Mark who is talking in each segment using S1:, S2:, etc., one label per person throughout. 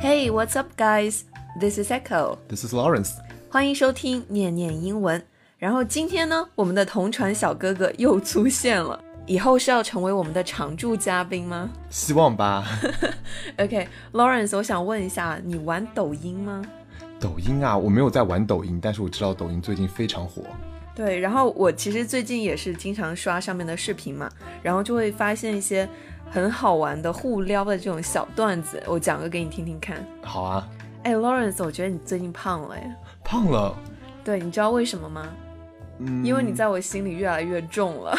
S1: Hey, what's up, guys? This is Echo，
S2: This is Lawrence。
S1: 欢迎收听念念英文。然后今天呢，我们的同传小哥哥又出现了，以后是要成为我们的常驻嘉宾吗
S2: 希望吧，
S1: ？OK，Lawrence，、我想问一下，你玩抖音吗？
S2: 抖音啊，我没有在玩抖音，但是我知道抖音最近非常火。
S1: 对，然后我其实最近也是经常刷上面的视频嘛，然后就会发现一些很好玩的互撩的这种小段子，我讲个给你听听看。
S2: 好啊，
S1: 哎，Lawrence，我觉得你最近胖了耶。
S2: 胖了，
S1: 对，你知道为什么吗？
S2: 嗯，
S1: 因为你在我心里越来越重了。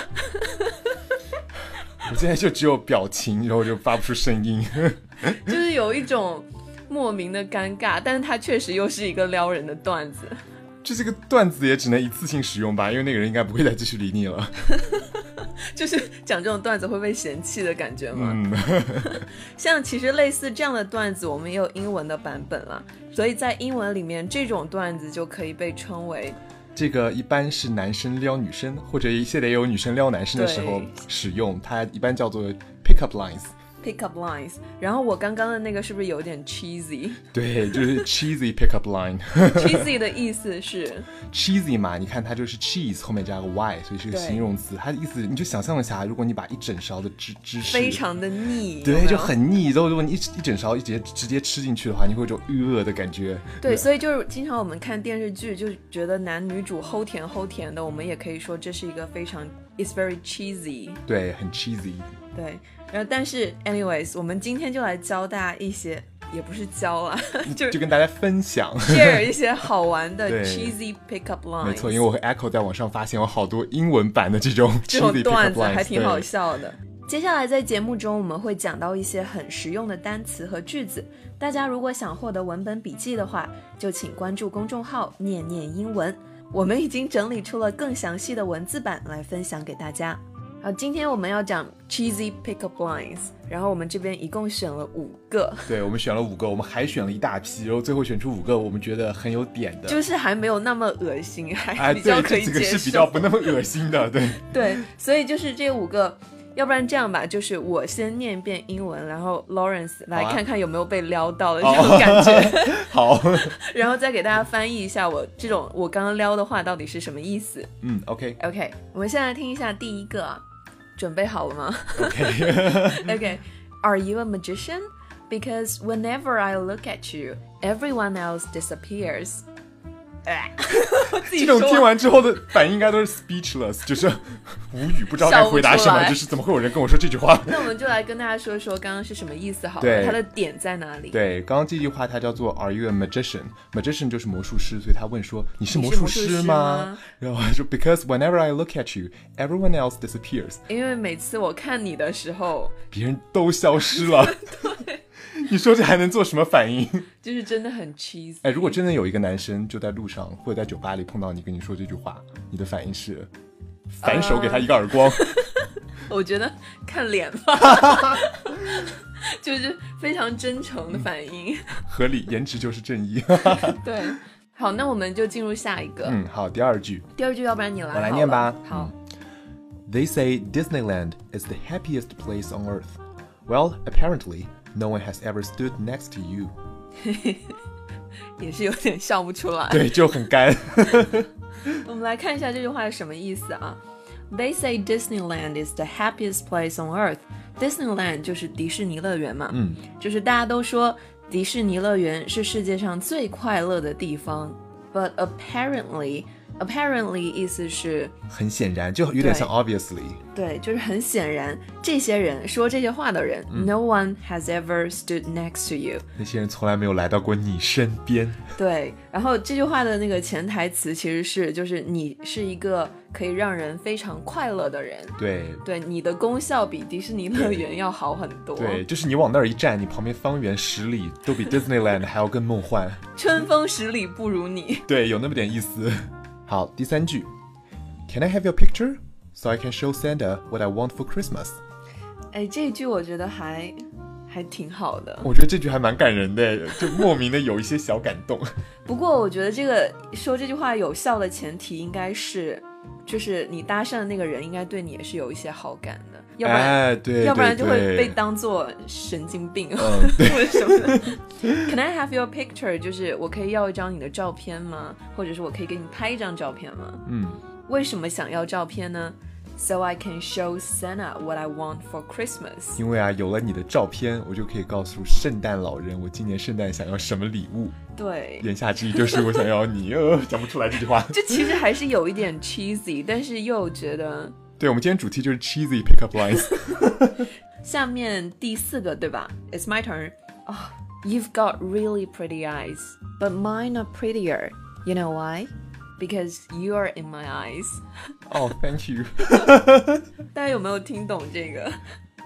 S2: 我现在就只有表情，然后就发不出声音。
S1: 就是有一种莫名的尴尬，但是它确实又是一个撩人的段子。
S2: 这这个段子也只能一次性使用吧，因为那个人应该不会再继续理你了。
S1: 就是讲这种段子会被嫌弃的感觉吗？
S2: 嗯，
S1: 像其实类似这样的段子，我们也有英文的版本啦，所以在英文里面，这种段子就可以被称为
S2: 这个一般是男生撩女生，或者现在也有女生撩男生的时候
S1: 对
S2: 使用，它一般叫做 pickup lines。
S1: pickup lines。然后我刚刚的那个是不是有点 cheesy？cheesy
S2: 对，就是 cheesy pickup line。
S1: 的意思是
S2: cheesy 嘛，你看它就是 cheese 后面加个 y，所以是个
S1: 对
S2: 形容词。它的意思你就想象一下，如果你把一整勺的芝芝士，
S1: 非常的腻，有没
S2: 对，
S1: 有
S2: 就很腻。之后如果你一一整勺一直接直接吃进去的话，你会有一种欲饿的感觉。
S1: 对，所以就是经常我们看电视剧，就觉得男女主齁甜齁甜的，我们也可以说这是一个非常 it's very cheesy。
S2: 对，很 cheesy。
S1: 对，然后但是 anyways，我们今天就来教大家一些，也不是教 啊， 就
S2: 就跟大家分享，
S1: share 一些好玩的
S2: 对
S1: cheesy pickup lines。
S2: 没错，因为我和 Echo 在网上发现有好多英文版的这种
S1: 这
S2: cheesy
S1: 种
S2: pickup
S1: 段
S2: lines，
S1: 子还挺好
S2: 对
S1: 笑的。接下来在节目中，我们会讲到一些很实用的单词和句子。大家如果想获得文本笔记的话，就请关注公众号“念念英文”。我们已经整理出了更详细的文字版来分享给大家。好，今天我们要讲 cheesy pickup lines，然后我们这边一共选了五个，
S2: 对，我们选了五个，我们还选了一大批，然后最后选出五个我们觉得很有点的。
S1: 就是还没有那么恶心，还
S2: 哎，
S1: 比较
S2: 对，
S1: 可以
S2: 这
S1: 接
S2: 几
S1: 受。
S2: 个是比较不那么恶心 的，对。
S1: 对，所以就是这五个，要不然这样吧，就是我先念一遍英文，然后 Lawrence 来
S2: 好啊哦
S1: 看看有没有被撩到的这种感觉，
S2: 好，
S1: 然后再给大家翻译一下我这种我刚刚撩的话到底是什么意思。
S2: 嗯，OK，OK，
S1: OK，我们现在听一下第一个啊，准备好了吗 ？OK，Are、you a magician? Because whenever I look at you, everyone else disappears. 哎自己
S2: 这种
S1: 说
S2: 听完之后的反应应该都是 speechless，就是无语，不知道该回答什
S1: 笑不出
S2: 么，
S1: 来
S2: 就是怎么会有人跟我说这句话？
S1: 那我们就来跟大家说说刚刚是什么意思好了，
S2: 对
S1: 它的点在哪里？
S2: 对，刚刚这句话它叫做 Are you a magician？Magician 就是魔术师，所以他问说你是
S1: 你
S2: 魔
S1: 是
S2: 术
S1: 魔术
S2: 师
S1: 师
S2: 吗
S1: 吗？
S2: 然后他说 Because whenever I look at you, everyone else disappears，
S1: 因为每次我看你的时候，
S2: 别人都消失了。 你说这还能做什么反应？
S1: 就是真的很 cheesy。
S2: 哎，如果真的有一个男生就在路上或者在酒吧里碰到你，跟你说这句话，你的反应是反手给他一个耳光。
S1: 呃我觉得看脸吧， 就是非常真诚的反 应。
S2: 合理，颜值就是正义。
S1: 对， 好，那我们就进入下一个。
S2: 嗯，好，第二句
S1: 第二句，要不然你来，
S2: 我来念吧。
S1: 好，
S2: 嗯 They say Disneyland is the happiest place on earth. Well, apparently, no one has ever stood next to you.
S1: 也是有点笑不出来。
S2: 对，就很干。
S1: 我们来看一下这句话是什么意思啊？They say Disneyland is the happiest place on earth. Disneyland 就是迪士尼乐园嘛，嗯，就是大家都说迪士尼乐园是世界上最快乐的地方。But apparently, apparently 意思是
S2: 很显然，就有点像 obviously。
S1: 对，就是很显然，这些人说这些话的人、n o one has ever stood next to you。
S2: 那些人从来没有来到过你身边。
S1: 对，然后这句话的那个潜台词其实是，就是你是一个可以让人非常快乐的人。
S2: 对。
S1: 对，你的功效比迪士尼乐园要好很多。
S2: 对，，就是你往那儿一站，你旁边方圆十里都比 Disneyland 还要更梦 幻。
S1: 春风十里不如你。
S2: 对，有那么点意思。好，第三句，Can I have your picture so I can show Santa what I want for Christmas？
S1: 哎，这一句我觉得还还挺好的。
S2: 我觉得这句还蛮感人的，就莫名的有一些小感动。
S1: 不过我觉得这个说这句话有效的前提应该是，就是你搭讪的那个人应该对你也是有一些好感的。要不然、
S2: 哎，对，
S1: 要不然就
S2: 对
S1: 会被
S2: 对
S1: 当做神经病、
S2: 嗯
S1: 或者什么的。Can I have your picture？就是我可以要一张你的照片吗？或者是我可以给你拍一张照片吗？
S2: 嗯
S1: 为什么想要照片呢？So I can show Santa what I want for Christmas。
S2: 因为啊，有了你的照片，我就可以告诉圣诞老人我今年圣诞想要什么礼物。
S1: 对，
S2: 言下之意就是我想要你， 呃，讲不出来这句话。
S1: 这其实还是有一点 cheesy，但是又觉得
S2: 对，我们今天主题就是 cheesy pickup lines。
S1: 下面第四个对吧？It's my turn 啊、y o u've got really pretty eyes, but mine are prettier. You know why? Because you are in my eyes.
S2: 哦、t h a n k you
S1: 大家有没有听懂这个？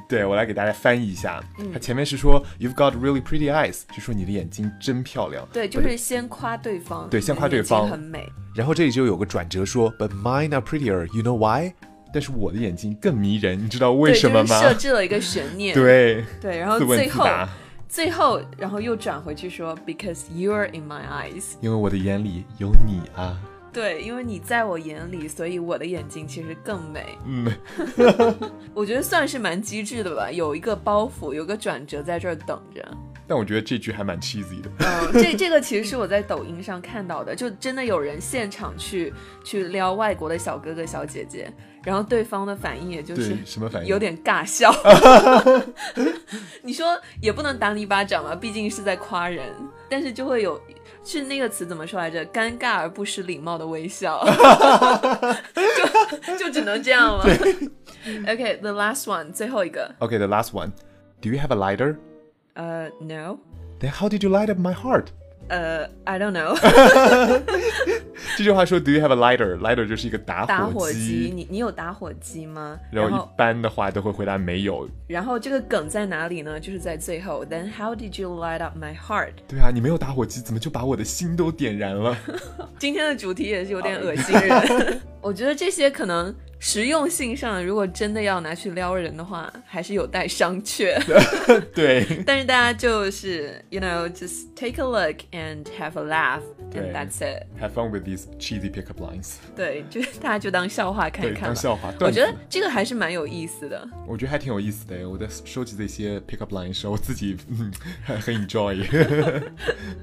S2: 对我来给大家翻译一下，
S1: 嗯
S2: 它前面是说 You've got really pretty eyes，就说你的眼睛真漂亮。
S1: 对，就是先夸对方，
S2: 对先夸对方
S1: 你的眼睛很美。
S2: 然后这里就有个转折说，But mine are prettier, you know why？但是我的眼睛更迷人，你知道为
S1: 对，
S2: 什么
S1: 就
S2: 吗
S1: 是？设置了一个悬念。
S2: 对，
S1: 对，然后
S2: 自问
S1: 最
S2: 自
S1: 后
S2: 答
S1: 最后，然后又转回去说，because you're in my eyes。
S2: 因为我的眼里有你啊。
S1: 对，因为你在我眼里，所以我的眼睛其实更美。
S2: 嗯，
S1: 我觉得算是蛮机智的吧，有一个包袱，有个转折在这儿等 着。
S2: 但我觉得这句还蛮 cheesy 的。
S1: 嗯，这这个其实是我在抖音上看到的，就真的有人现场去去撩外国的小哥哥小姐姐，然后对方的反应也就是
S2: 对，什么反应？
S1: 有点尬笑。 你说也不能打你一巴掌嘛，毕竟是在夸人，但是就会有是那个词怎么说来着？尴尬而不失礼貌的微笑， 就就只能这样了。OK，the、last one，最后一个。
S2: Okay, the last one. Do you have a lighter?
S1: 呃、n o
S2: Then how did you light up my heart?
S1: 呃、i don't know，
S2: 这句话说 Do you have a lighter? Lighter 就是一个打
S1: 打
S2: 火
S1: 火机，。你你有打火机吗？
S2: 然
S1: 然
S2: 后
S1: 后
S2: 一般的话都会回答没有。
S1: 然后这个梗在哪里呢？就是在最后。Then how did you light up my heart？
S2: 对啊，你没有打火机，怎么就把我的心都点 燃了？
S1: 今天的主题也是有点恶心人。 我觉得这些可能实用性上，如果真的要拿去撩人的话，还是有待商榷。
S2: 对，
S1: 但是大家就是，you know，just take a look and have a laugh
S2: 对
S1: and that's it。
S2: Have fun with these cheesy pickup lines。
S1: 对，就 大家就当笑话看
S2: 对，
S1: 一哎看
S2: 当
S1: 吧。
S2: 笑话。
S1: 我
S2: 段
S1: 觉
S2: 子
S1: 得这个还是蛮有意思的。
S2: 我觉得还挺有意思的。我在收集这些 pickup line 的时候，我自己嗯很 很 enjoy。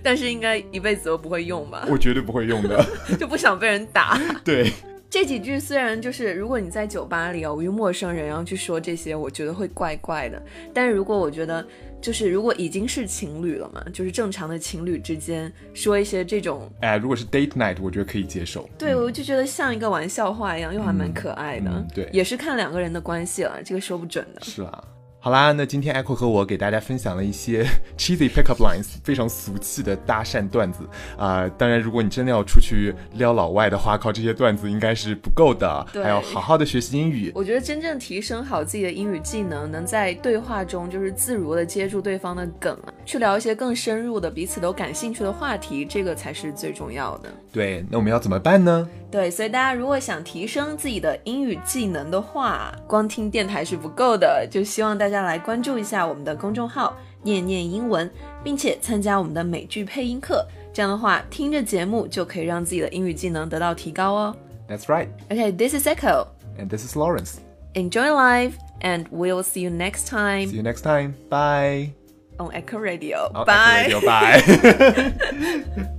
S1: 但是应该一辈子都不会用吧，
S2: 我绝对不会用的。
S1: 就不想被人打。
S2: 对，
S1: 这几句虽然就是，如果你在酒吧里偶遇陌生人，然后去说这些，我觉得会怪怪的。但是如果我觉得，就是如果已经是情侣了嘛，就是正常的情侣之间说一些这种，
S2: 哎，如果是 date night，我觉得可以接受。
S1: 对我就觉得像一个玩笑话一样，又还蛮可爱的。
S2: 嗯对
S1: 也是看两个人的关系了，这个说不准的。
S2: 是啦。好啦，那今天 Echo 和我给大家分享了一些 cheesy pickup lines，非常俗气的搭讪段子啊、当然，如果你真的要出去撩老外的话，靠这些段子应该是不够的，
S1: 对
S2: 还要好好的学习英语。
S1: 我觉得真正提升好自己的英语技能，能在对话中就是自如的接住对方的梗啊，去聊一些更深入的、彼此都感兴趣的话题，这个才是最重要的。
S2: 对，那我们要怎么办呢？
S1: 对，所以大家如果想提升自己的英语技能的话，光听电台是不够的，就希望大家来关注一下我们的公众号“念念英文”，并且参加我们的美剧配音课。这样的话，听着节目就可以让自己的英语技能得到提高哦。
S2: That's right,
S1: OK，this、is Echo.
S2: and this is Lawrence.
S1: Enjoy life, and we'll see you next
S2: See
S1: time
S2: you next time. Bye.
S1: on Echo Radio.
S2: Oh,
S1: Bye.
S2: Echo Radio, bye.